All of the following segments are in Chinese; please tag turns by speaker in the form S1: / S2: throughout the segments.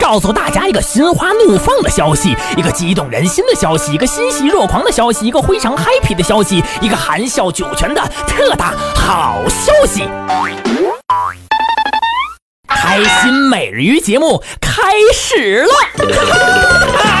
S1: 告诉大家一个心花怒放的消息，一个激动人心的消息，一个欣喜若狂的消息，一个非常 happy 的消息，一个含笑九泉的特大好消息！开心每日鱼节目开始了。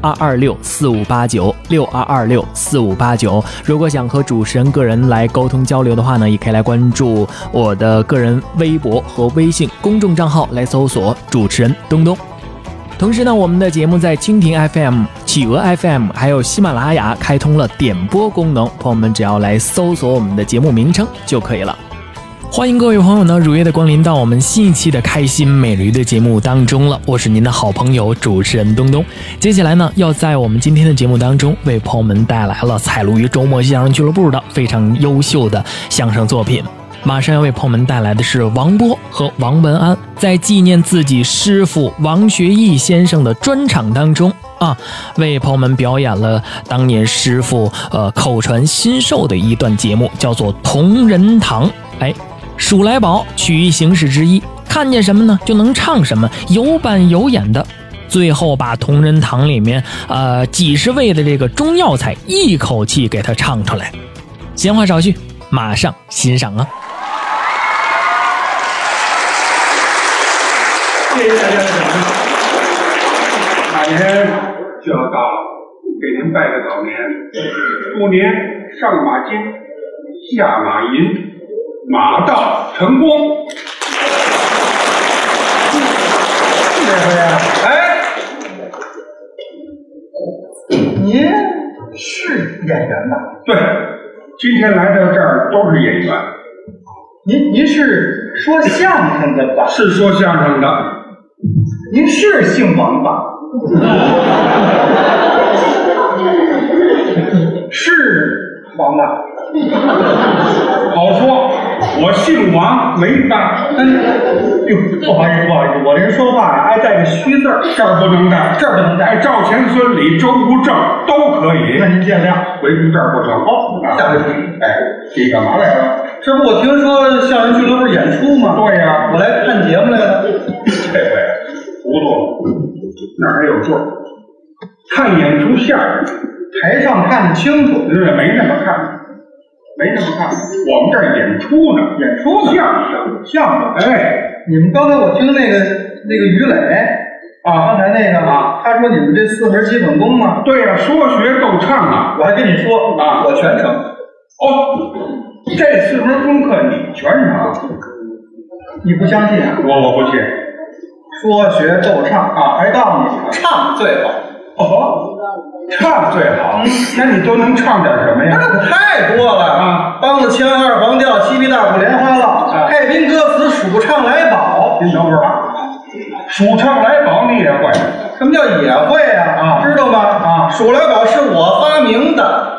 S1: 二二六四五八九六二二六四五八九。如果想和主持人个人来沟通交流的话呢，也可以来关注我的个人微博和微信公众账号，来搜索主持人东东。同时呢，我们的节目在蜻蜓 FM、企鹅 FM 还有喜马拉雅开通了点播功能，朋友们只要来搜索我们的节目名称就可以了。欢迎各位朋友呢，如约的光临到我们新一期的《开心美驴》的节目当中了。我是您的好朋友主持人东东。接下来呢，要在我们今天的节目当中，为朋友们带来了采录于周末相声俱乐部的非常优秀的相声作品。马上要为朋友们带来的是王波和王文安在纪念自己师傅王学义先生的专场当中啊，为朋友们表演了当年师傅呃口传心授的一段节目，叫做《同仁堂》。哎。数来宝曲艺形式之一，看见什么呢就能唱什么，有板有眼的。最后把同仁堂里面呃几十味的这个中药材一口气给它唱出来。闲话少叙，马上欣赏啊！
S2: 谢谢大家的掌声。马年就要到了，给您拜个早年，祝您上马金，下马银。马到成功！这回啊，哎，
S3: 您是演员吧？
S2: 对，今天来到这儿都是演员。
S3: 您您是说相声的吧？
S2: 是说相声的。
S3: 您是姓王吧？是王吧？
S2: 好说，我姓王，没哎爸。
S3: 哟，不好意思，不好意思，我这人说话呀，爱带个虚字儿，
S2: 这儿不能带，
S3: 这儿不能带。
S2: 赵钱孙李周吴郑都可以，
S3: 那您见谅，
S2: 唯独这儿不成。哦，
S3: 下回注
S2: 哎，你干嘛来了？
S3: 这不我听说相声俱乐部演出吗？
S2: 对呀、
S3: 我来看节目来了。
S2: 这回糊涂了，哪还有座儿？看演出下
S3: 台上看得清楚，
S2: 是没那么看。没什么看，我们这儿演出呢，
S3: 演出呢
S2: 相声，
S3: 相声。
S2: 哎，
S3: 你们刚才我听那个那个于磊啊，刚才那个
S2: 啊，
S3: 他说你们这四门基本功嘛，
S2: 对呀、说学逗唱啊，
S3: 我还跟你说
S2: 啊
S3: 我全程。
S2: 哦，这四门功课你全场，
S3: 你不相信啊？
S2: 我我不信，
S3: 说学逗唱啊，还告诉你唱最好。
S2: 哦，唱最
S3: 嗯
S2: 好，那你都能唱点什么
S3: 那
S2: 呀？
S3: 可 太多了
S2: 啊！
S3: 梆子腔、二黄调、七臂大鼓、莲花落、
S2: 啊
S3: 太平歌词、数唱来宝。
S2: 您等会儿啊，数唱来宝你也会，
S3: 什么叫也会啊？
S2: 啊
S3: 知道吗？
S2: 啊
S3: 数来宝是我发明的，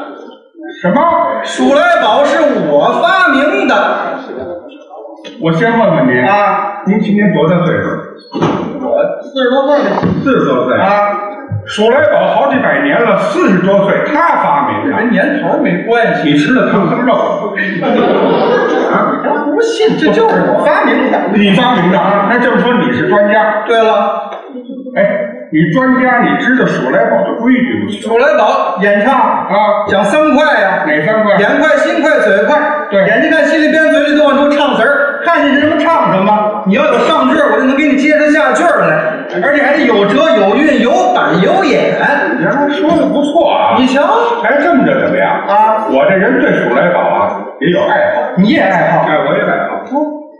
S2: 什么？
S3: 数来宝是我发明的
S2: 我先问问您，
S3: 啊！
S2: 您今年多大岁数？
S3: 我四十多岁了
S2: 四十多岁
S3: 啊，
S2: 数来宝好几百年了，四十多岁他发明的。
S3: 跟年头没关系。
S2: 你吃了唐僧 肉，
S3: 你要不信，这就是我发明的。
S2: 你发明的啊？那这么说你是专家？
S3: 对了，
S2: 哎，你专家你知道数来宝的规矩吗？
S3: 数来宝演唱
S2: 啊
S3: 讲三快呀、
S2: 哪三块？
S3: 眼快、心快、嘴快，
S2: 对
S3: 眼睛看，心里编，嘴里动，都唱词儿，看见什么唱什么。你要有上句儿，我就能给你接着下句儿来，而且还得有辙、有韵、有板、有眼。
S2: 你瞧，说的不错啊。
S3: 你瞧，
S2: 哎，这么着怎么样
S3: 啊
S2: 我这人对数来宝啊也有爱好，
S3: 你也爱好
S2: 哎，我也爱好。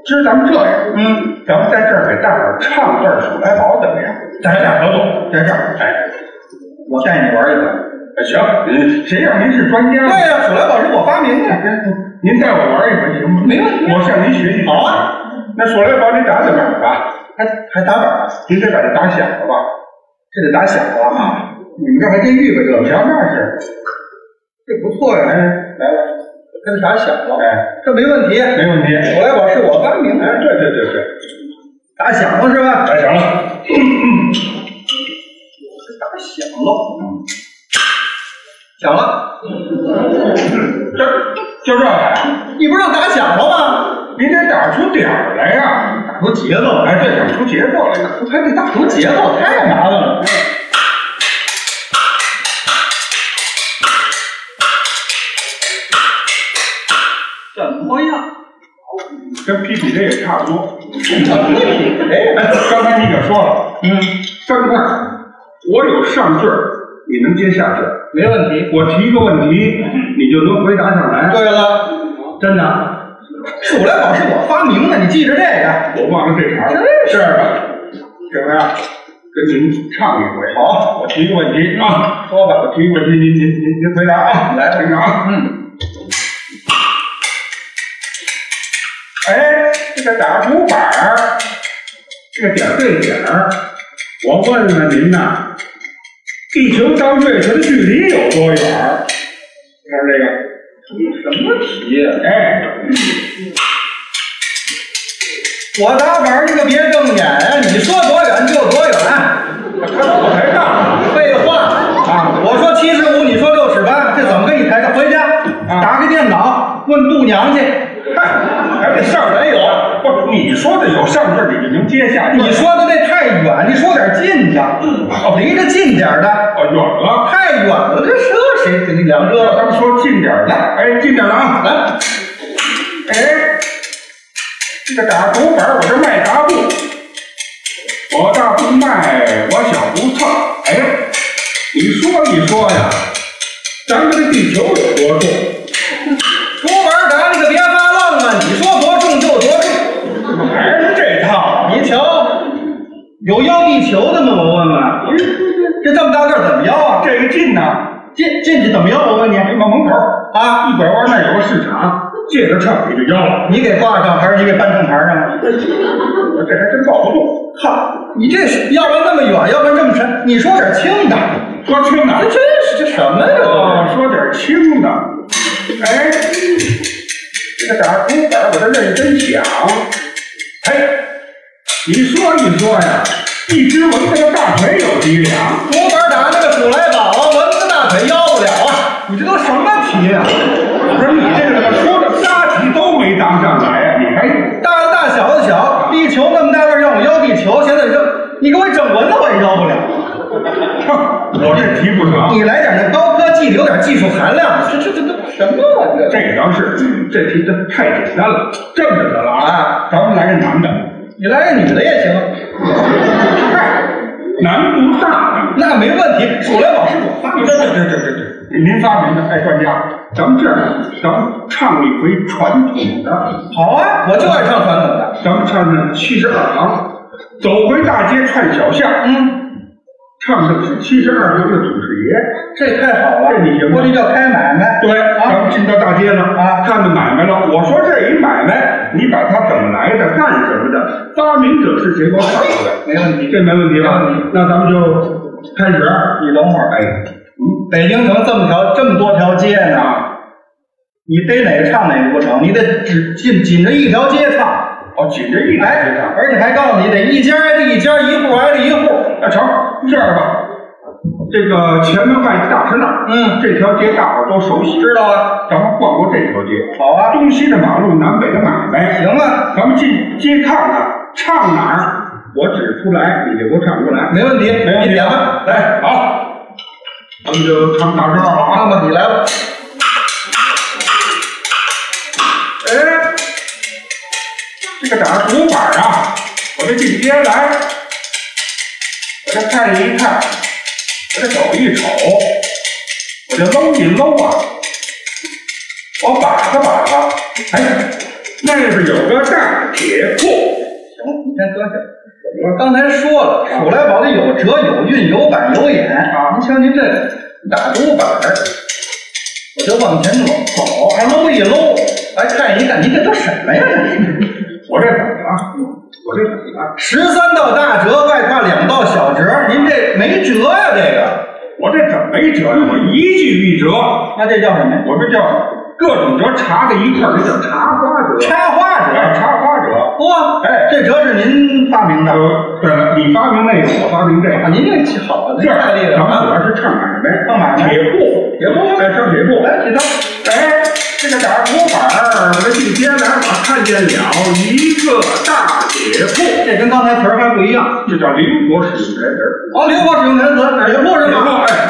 S2: 今儿咱们这样，
S3: 嗯，
S2: 咱们在这儿给大伙儿唱段数来宝怎么样？
S3: 咱俩
S2: 合作，
S3: 在这儿，
S2: 哎，
S3: 我带你玩一玩。
S2: 哎行，嗯，谁让您是专家
S3: 对
S2: 呢？嗯
S3: 呀、数来宝是我发明的。
S2: 您带我玩一玩行吗？
S3: 没问题啊
S2: 我向您学习。
S3: 好啊，
S2: 那数来宝你打怎么样啊？
S3: 还还打板儿啊，
S2: 您得把它打响了吧？
S3: 这得打响了啊！
S2: 你们这还真预备这个？瞧那是，
S3: 这不错呀，
S2: 来来来，
S3: 这打响了，
S2: 哎，
S3: 这没问题。
S2: 没问题。
S3: 数来宝是我发明
S2: 哎，
S3: 的，
S2: 对对对对，
S3: 打响了是吧？
S2: 打响了。
S3: 打响了，响了，
S2: 这就这个，
S3: 你不让打响了吗？
S2: 您得打出点儿来呀。
S3: 打出节奏来，
S2: 哎，对，打出节奏来呀。
S3: 还得打出节奏，太麻烦了。
S2: 嗯
S3: 怎么样？
S2: 跟皮皮这也差不多。
S3: 哎，
S2: 哎，刚才你可说了，嗯，三块，我有上句儿，你能接下句儿。
S3: 没问题。
S2: 我提一个问题，你就能回答上来。
S3: 对了，
S2: 真的，
S3: 数来宝是我发明的，你记着这个。
S2: 我忘了这茬了。
S3: 真
S2: 这样吧，怎么样？跟您唱一回。好，我提一个问题啊，说吧，我提一个问题，您您您您回答啊，来回答啊。嗯。哎，这个打竹板儿，这个点儿对点儿，我问问您呐，地球到月球的距离有多远儿？你看这个。
S3: 什么题呀？
S2: 哎，
S3: 我打板儿，你可别瞪眼啊！你说多远就多远。
S2: 他老抬杠
S3: 废话啊！我说七十五，你说六尺八，这怎么跟你抬杠？回家打开电脑问度娘去。
S2: 还得上来有，啊不是你说的有上句，你就能接下。
S3: 你说的那太远，你说点近的，离着近点儿的。
S2: 哦，远了。
S3: 太远了，这这谁跟你聊这
S2: 咱
S3: 个？
S2: 们说近点儿的，哎，近点儿了啊！来，
S3: 来，
S2: 哎，这个打竹板儿，我这迈大步，我大步迈，我小步蹭。哎，你说一说呀，咱们这地球有多重？
S3: 出门打你可别发浪漫，你说多重就多重。
S2: 怎么还是这套？
S3: 你瞧，有要地球的吗？我问问，这这么大个儿怎么要啊？
S2: 这个近呐，
S3: 进进去怎么要？我问你
S2: 哎，往门口儿
S3: 啊，
S2: 一拐弯那有个市场，借着秤你就要了。
S3: 你给挂上还是你给搬秤牌上？
S2: 我这还真抱不动，
S3: 哈，你这是要不然那么远，要不然这么沉，你说点轻的。
S2: 说轻啊
S3: 这
S2: 的，
S3: 真是这什么呀？这都
S2: 哦，说点轻的。哎，这个打竹板我这认真想。哎，你说一说呀，一只蚊子的大腿有几两？
S3: 是竹板打那个鼠来宝，啊蚊子大腿要不了啊！你这都什么题啊呀、
S2: 我说你这个怎么说的仨题都没答上来呀？你还
S3: 大的大，小的小，地球那么大个儿让我要地球，现在你这你给我整蚊子我也要不了。
S2: 哼，我这题不成。
S3: 你来点那高科技的，有点技术含量，这这这都什么啊？这
S2: 这倒是，这题这太简单了。这么着了啊，咱们来个男的，
S3: 你来个女的也行，
S2: 难不大呢。
S3: 那没问题。鼠来宝是我发明的，
S2: 对对对对对，您发明的，哎，专家，咱们这样，咱们唱一回传统的，
S3: 好啊，我就爱唱传统的。
S2: 咱们唱唱七十二行，走回大街串小巷，
S3: 嗯，
S2: 唱的是七十二行的祖师爷。
S3: 这太好了，
S2: 这你行吗
S3: 我这叫开买卖。
S2: 对，咱
S3: 啊
S2: 们，进到大街了
S3: 啊
S2: 看到买卖了。我说这一买卖，你把它怎么来的，干什么的，发明者是谁，给我找出来。
S3: 没问题。
S2: 这没问题吧
S3: 没问题？
S2: 那咱们就开始。
S3: 你等会儿，
S2: 哎，嗯，
S3: 北京城这么条这么多条街呢，你逮哪个唱哪个不成？你得只紧紧着一条街唱。
S2: 哦，紧着一啊来
S3: 哎，而且还告诉你得一家挨着一家，一户挨着一户。
S2: 那成，这样吧，这个前门外大石栏，
S3: 嗯
S2: 这条街大伙儿都熟悉，
S3: 知道啊？
S2: 咱们逛过这条街，
S3: 好啊，
S2: 东西的马路，南北的买卖，
S3: 行啊，
S2: 咱们进街看看，唱哪儿？我指出来，你就给我唱出来。
S3: 没问题，
S2: 没问
S3: 你
S2: 题
S3: 点
S2: 啊
S3: 吧，
S2: 来，好，咱们就唱大招了啊
S3: 唱！吧，你来吧。
S2: 哎，这个打竹板啊，我这一接来，我这看一看，我这手一瞅，我这搂一搂啊，我把着把着，哎，那是有个大铁库，
S3: 行，你先搁下。我刚才说了，数来宝的有折有韵有板有眼啊！您瞧您这打竹板儿，我就往前走，走还搂一搂，哎，看一看，您这都什么呀？这是
S2: 我这怎么了？我这怎么了？
S3: 十三道大折，外跨两道小折，您这没辙呀、这个，
S2: 我这怎么没辙呢？我一句一折，
S3: 那这叫什么呀？
S2: 我这叫各种折查在一块儿，这叫茶花折，
S3: 插花
S2: 哎，
S3: 折，
S2: 茶花折。
S3: 嚯，
S2: 哎
S3: 这折是您发明的
S2: 呃，对了，你发明那个，我发明这个
S3: 啊？。您这好啊，
S2: 这
S3: 这
S2: 儿
S3: 太厉害
S2: 咱们主要
S3: 了！
S2: 是唱买卖，
S3: 唱买卖
S2: 铁布，
S3: 铁布
S2: 哎，上铁布，
S3: 来，起唱。
S2: 哎，这个打竹板儿，我这一接来，我看见了一个大铁布，
S3: 这跟刚才词儿还不一样。
S2: 这叫灵活使用台词儿。
S3: 哦，刘国使用台词，哪个不是
S2: 铁布，
S3: 吗？
S2: 哎，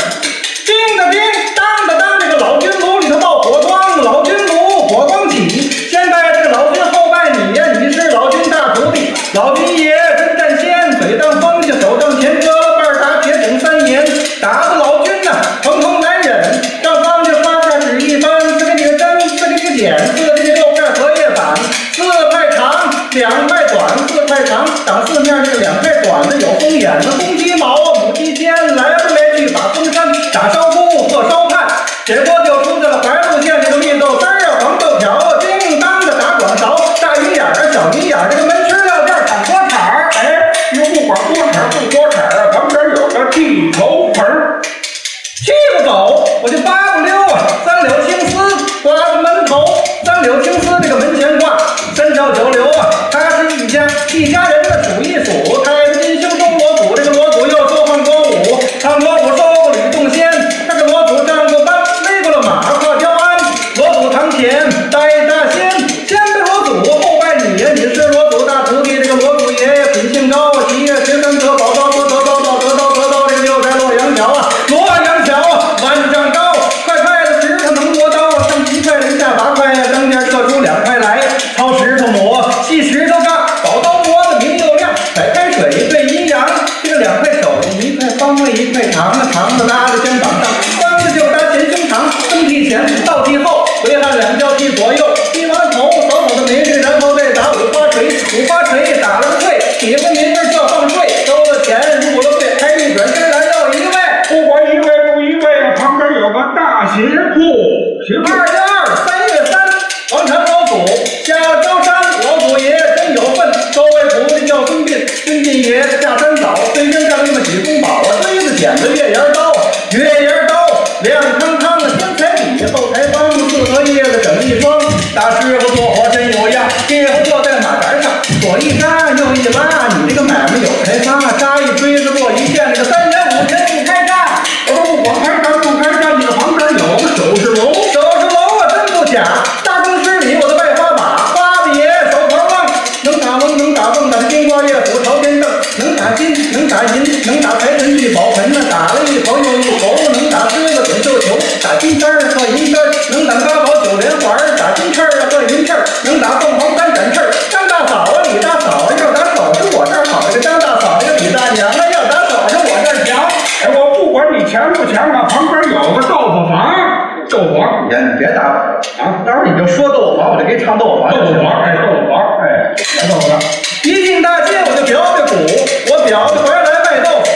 S3: 叮的叮，当的当，这个老君炉里头冒火光，老君炉火光起，先拜这个老君，后拜你呀，你是老君大徒弟，老君爷真占先，嘴当风就手当钱，折了半儿打铁顶三年，打的老君呐、疼痛难忍，上方就发下指一番，四个这个针，四个这个剪，四个这个六片荷叶板，四派长，两派短，四派长挡四面这个两派短的有风眼的公鸡毛啊，母鸡尖，来回来去把风扇打烧哭，做烧炭，结果就出在了白鹿县这个绿豆丝儿啊，黄豆条啊，叮当的打广勺，大鱼眼儿啊，小鱼眼儿，这个门吃料店砍锅铲儿，哎，
S2: 又不管多产不多产啊，咱们这儿有个地头盆儿，
S3: 气不走，我就八不溜啊，三绺青丝挂在门头，三绺青丝这个门前挂，三条九流啊，他是一家一家人的数一数，太子金星中锣鼓，这个锣鼓又说唱歌舞，唱歌舞收过吕洞仙，那个锣鼓上过班，勒过了马，跨江安，锣鼓堂前待大仙，先拜锣鼓后拜你呀，你是锣鼓大徒弟，这个锣鼓爷爷品性高啊，吉呀十三得宝刀，多得刀，道得刀，得刀，这个六在洛阳桥啊，罗阳桥啊，万丈高，快快的石头能磨刀啊，上一块人下八块呀，中间各出两块来，掏石头磨，细石头杠，宝刀磨的明又亮，甩开水对阴阳，这个两块手一块方啊，一块长啊，长的搭在肩膀上，方的就搭前胸膛，蹬地前，倒地后，回汉两交替左右，踢完头，扫扫的没事，然后再打五花锤，五花锤打了退，喜欢您这叫放税，收了钱入了会，还一转身来要一位。
S2: 不管一位不一位啊，旁边有个大斜库，斜库
S3: 二月二，三月三，王禅老祖下高山，老祖爷真有份，高位徒弟叫孙膑，孙膑爷下山早，孙身上那么几公宝啊，锥子剪子月牙刀，月牙刀啊亮堂堂的先裁笔，后裁方，四合叶子整一双，大师傅做活真有样，师傅坐在马杆上，左一扎右一拉，你这个买卖有开发，扎一锥子落一线，这个三元五钱一开扎。
S2: 我说不管开山不开山，你的旁边有个手势龙。
S3: 手是龙啊，真不假。大公师礼，我的拜花马，花比爷手头旺，能打翁，能打凤，打金瓜乐府朝天正，能打金，能打银，能打财神聚宝盆呐，打了一头又一头，能打狮子滚绣球，打金丹儿和银丹儿，能打八宝九连环儿，打金翅儿和银翅儿，能打凤凰三展翅儿。张大嫂啊，李大嫂啊，要打手是我这儿好，这个张大嫂，这个李大娘啊，要打手是我这儿强。
S2: 哎，我不管你强不强啊，旁边有个豆腐房，豆腐房，
S3: 别你别打我了啊！待会儿你就说豆腐房，我就给你唱豆腐房
S2: 豆腐房，哎，豆腐房，哎，来豆腐房。
S3: 一进大街我就表表鼓，我表着怀来卖豆腐，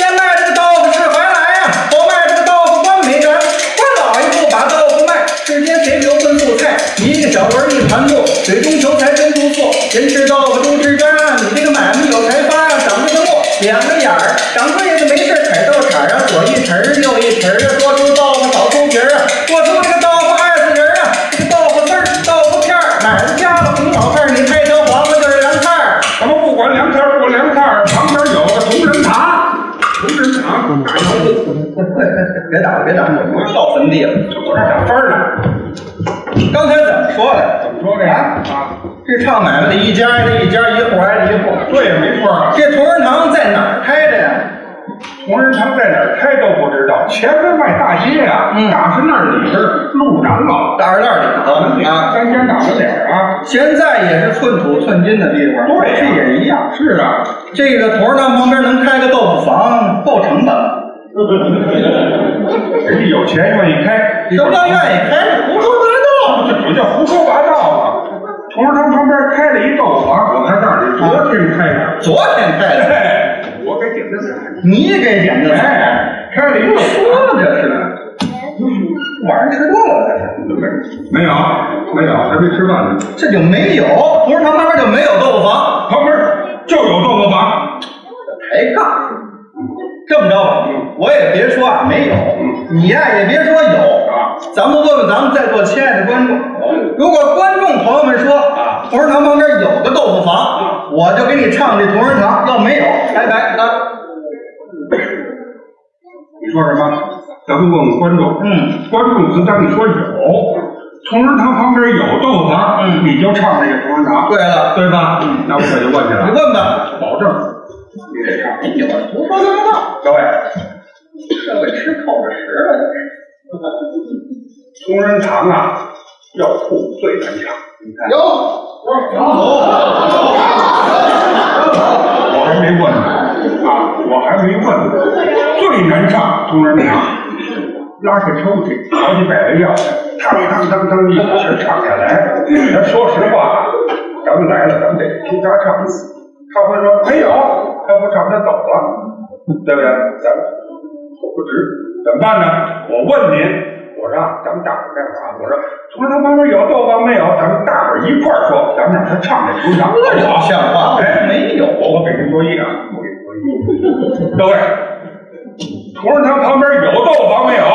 S3: 先卖这个豆腐是怀来呀、后卖这个豆腐关梅干，关老爷不把豆腐卖，世间谁留荤素菜？你一个小盆儿一盘木，水中求财真不错，人吃豆腐猪吃渣，你这个买卖有才发，长得个墨，两个眼儿，掌柜的没事儿踩豆铲儿啊，左一盆儿右一盆儿啊，多出豆腐少出皮儿啊，多出这个豆腐二十仁儿啊，这个豆腐丝儿、豆腐片儿，哪儿家了红老块儿，你拍条黄瓜就是凉菜儿。
S2: 咱们不管凉菜不凉菜，旁边有个同仁堂，同仁堂打油布，
S3: 别打了，别打了，我不是到坟地了。
S2: 我这打分呢。
S3: 刚才怎么说的？
S2: 怎么说的呀？啊，
S3: 这这唱买卖的一家挨着一家，一户挨着一户。
S2: 对，没错儿。
S3: 这同仁堂在哪儿开的呀？
S2: 同仁堂在哪儿开都不知道，前门外大街呀、
S3: 嗯
S2: 大是那儿里边儿路南了，
S3: 大栅栏里头
S2: 啊，
S3: 啊。
S2: 三间大门脸儿啊。
S3: 现在也是寸土寸金的地方，
S2: 对呀
S3: 这也一样。
S2: 是啊，
S3: 这个同仁堂旁边能开个豆腐房，够成本了。
S2: 人家有钱愿意开，
S3: 什么叫愿意开？胡说八道！
S2: 这不叫胡说八道啊！同仁堂旁边开了一豆腐房，我还告诉你，昨天开的。
S3: 昨天开的，
S2: 哎，我给点的赞。
S3: 你给点的菜，
S2: 哎，开了一豆腐
S3: 说
S2: 房。
S3: 了这是，晚上吃多了这是，
S2: 没有，没有，还没吃饭呢。
S3: 这就没有，同仁堂旁边就没有豆腐房，
S2: 旁边就有豆腐房，
S3: 抬杠。这么着吧，
S2: 嗯
S3: 我也别说啊没有，你呀、也别说有啊，咱们问问咱们在座亲爱的观众，
S2: 嗯
S3: 如果观众朋友们说
S2: 啊
S3: 同仁堂旁边有个豆
S2: 嗯
S3: 腐房，我就给你唱这同仁堂；要没有，拜拜啊。
S2: 你说什么？咱们问问观众。
S3: 嗯，
S2: 观众只当你说有，同仁堂旁边有豆腐房，
S3: 嗯
S2: 你就唱这个同仁堂，
S3: 对了，
S2: 对吧？那我可就问去
S3: 嗯你
S2: 了，
S3: 问吧。
S2: 保证你得唱。
S3: 哎呦，胡说八道！
S2: 各位，
S3: 这会吃扣着食了，这是。
S2: 同仁堂啊，要吐最难唱。你看，
S3: 有，
S2: 我还没问呢啊，我还没问呢，最难唱同仁堂。拉开抽屉，好几百个钥匙，当当当当，一口气儿唱下来。咱说实话，啊咱们来了，咱们得听他唱。他会说没有，他不唱，他走了，对不对？咱们我不值，怎么办呢？我问您，我说啊咱们大伙儿干啥？我说同仁堂旁边有豆包没有？咱们大伙儿一块儿说，咱们让他唱这 首唱，好不
S3: 这有
S2: 好？
S3: 像话
S2: 哎，
S3: 没有。
S2: 我我给您作揖啊，我给您作揖。各位，同仁堂旁边有豆腐房没有？有，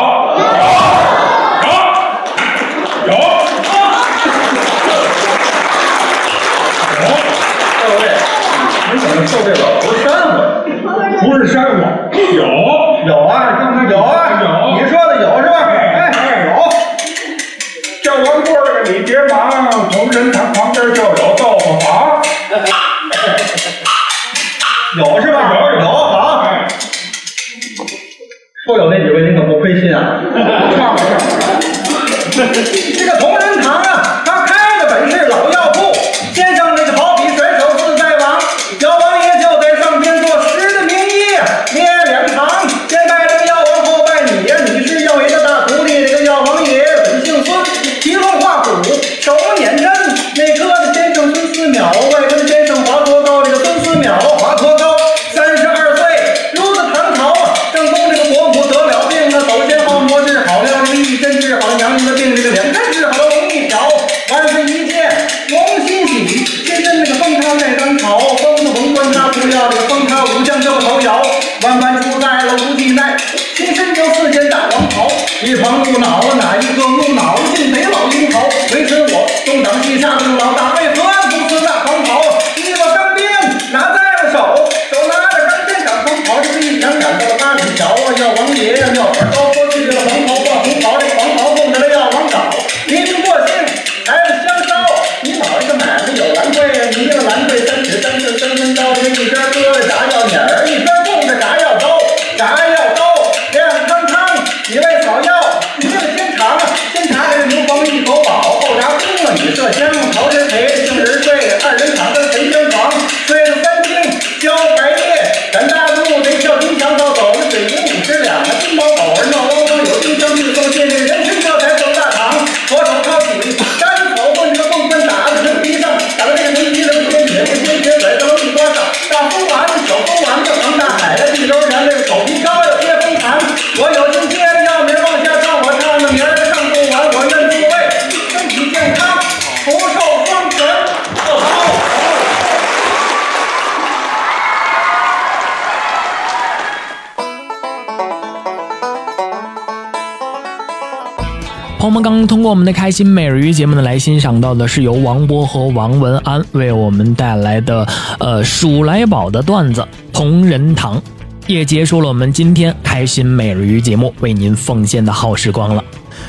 S2: 有，有。
S3: 各位，你怎么受这老头扇了？
S2: 不是山我，有。
S3: 有啊，刚才有啊，
S2: 有
S3: 你说的有是吧？
S2: 哎
S3: 哎，有。
S2: 叫王过来个，你别忙，同仁堂旁边就有豆腐房。
S3: 有是吧？
S2: 有有
S3: 有好。
S2: 哎，
S3: 说有那几位，您可不亏心啊？
S2: 唱不唱？
S3: 这个同仁堂啊，他开的本是老药铺，先生这个好比甩手自在王，姚王爷就在上边做诗的名医，捏两堂，先拜这个药王，后拜你呀，你是药爷的大徒弟，这个药王爷本姓孙，提龙画骨，手捻针，内科的先生孙思邈，外科的先生华佗高，这个孙思邈华佗高，三十二岁，如此唐朝啊，正宫这个国母得了病啊，首先按摩治好了，这个一针治好了娘娘的病，这个两针治好了容易调，万岁一见龙欣喜，先真那个封他在当朝，封不甭关他不要，这个封他武将叫个头摇，万般出在了无忌奈，亲身就四件大王袍，一旁怒恼啊哪一个怒恼，尽贼老英豪，唯此我东挡西下怒老大，为何暗中刺那黄袍？一我钢鞭拿在了手，手拿着钢鞭赶黄袍，这是一两两到了八里桥啊，要王爷呀，要玩高坡去这个黄袍挂红袍，这个黄袍供着了要王导，一经过境，来了香烧，你老一个买卖有兰桂呀，你这个兰桂三尺三寸三分高，这一边搁着炸药捻儿，一边供着炸药刀，炸药刀亮堂堂，你为草药，你这个天长啊，先查这个牛棚一口宝，后查崩了你这香，头人陪，杏仁睡，二人躺在神仙床，睡了三更交白夜，咱大路这叫金墙高走，水银五十两，金包狗儿闹汪汪，有金枪玉凤剑，人参跳台走大堂，左手抄起单手棍这个棍棍打在人皮上，打到这个人皮上天血，这天血甩到了地瓜上，大风丸小风丸子扛大海的地头人，这个狗皮膏药贴风寒，我有心接着要名往下唱，我唱的名儿上不完，我认诸位身体健康，福寿双全。
S1: 朋友们刚刚通过我们的开心每日鱼节目呢，来欣赏到的是由王波和王文安为我们带来的呃数来宝的段子《同仁堂》，也结束了我们今天开心每日鱼节目为您奉献的好时光了。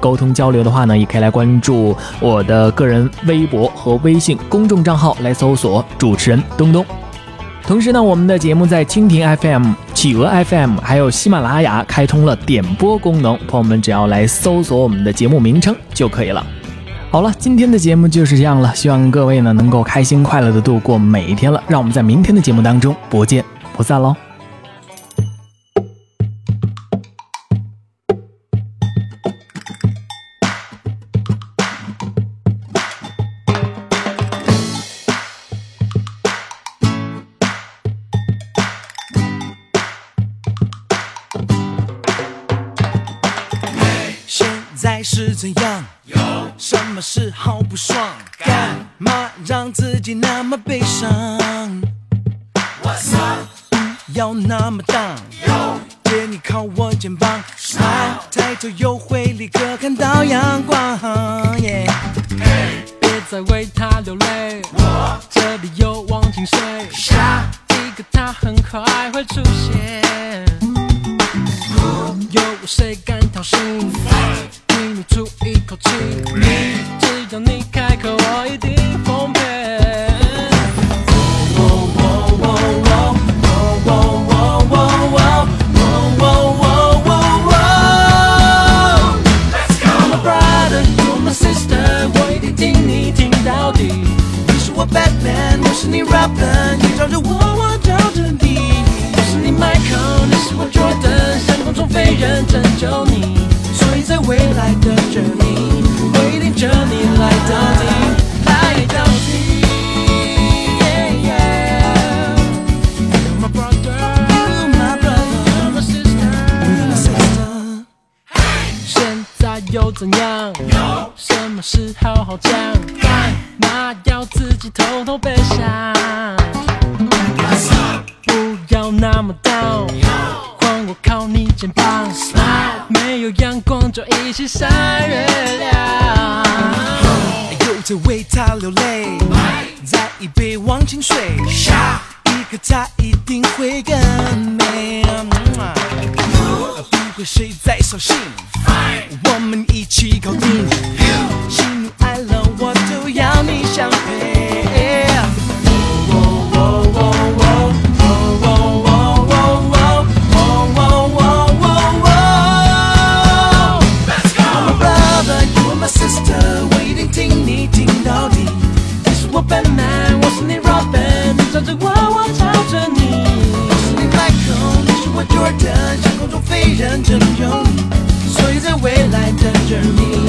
S1: 沟通交流的话呢，也可以来关注我的个人微博和微信公众账号，来搜索主持人东东。同时呢，我们的节目在蜻蜓 FM、企鹅 FM 还有喜马拉雅开通了点播功能，朋友们只要来搜索我们的节目名称就可以了。好了，今天的节目就是这样了，希望各位呢能够开心快乐的度过每一天了。让我们在明天的节目当中不见不散喽。
S4: 现在是怎样？有什么事好不爽？干嘛让自己那么悲伤？What's up？不要那么荡。姐，你靠我肩膀，smile，抬头又会立刻看到阳光。Yeah
S5: 别再为他流泪。我这里有忘情水，下一个他很可爱会出现。有谁敢挑衅？你吐出一口气，只要你开口，我一定奉陪。I'm a brother, you're my sister，我一定听你听到底。
S4: 你是我 Batman，我是你 Robin，你罩着我，我罩着你。
S5: 我是你 Michael，你是我 Jordan，像空中飞人拯救你。
S4: 所以在未来的这里，
S5: 我一定chờ你来到底，来到底。Yeah, yeah. My brother, my brother, my sister. 现在又怎样？有什么事好好讲？干嘛要自己偷偷悲伤？不要那么荡，换我靠你肩膀。没有阳光就一起晒哎月亮。
S4: 又在为他流泪，再一杯忘情水，下一个他一定会更美。
S5: 啊
S4: 嗯不管谁在扫兴，我们一起搞定。喜怒哀乐我都要你相陪。I'm a brother, you are my sister，我一定听你听到底。
S5: 你是我笨男，我是你 Robin，你罩着我，我罩着你。
S4: 我是你 Michael，你是我 Jordan，像空中飞人拯救你。所以在未来的 journey，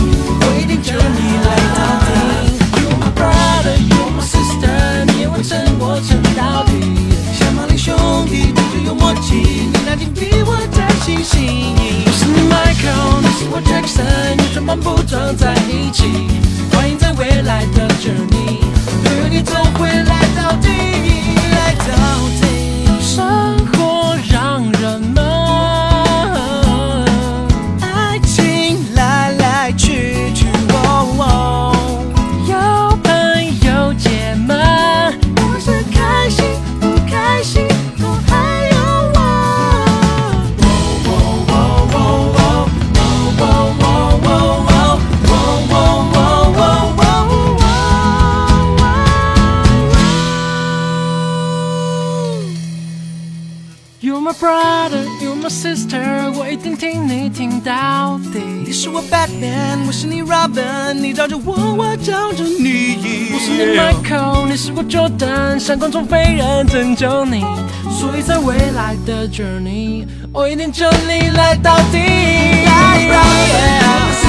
S4: 我一定chờ你来到底。
S5: You're my brother, you're my sister，你会撑我撑到底。
S4: 像马里兄弟，对酒有默契，你那天比我再清醒。
S5: 我是你 Michael，你是我 Jackson，你装扮不装在一起？欢迎在未来的 journey，
S4: 有你总会来到底，来到底。
S5: 生活让人们
S4: 爱情来来去去，哦哦，
S5: 有朋友姐们，
S4: 不是开心不开心，都还有我。
S5: You're my brother, you're my sister，我一定听你听到
S4: 你
S5: 底。
S4: 是我 Batman，我是你 Robin，你罩着我，我罩着你。
S5: 我是你 Michael，你是我 Jordan，闪光中飞人拯救你。所以在未来的 journey，我一定救你来到底。
S4: Brother,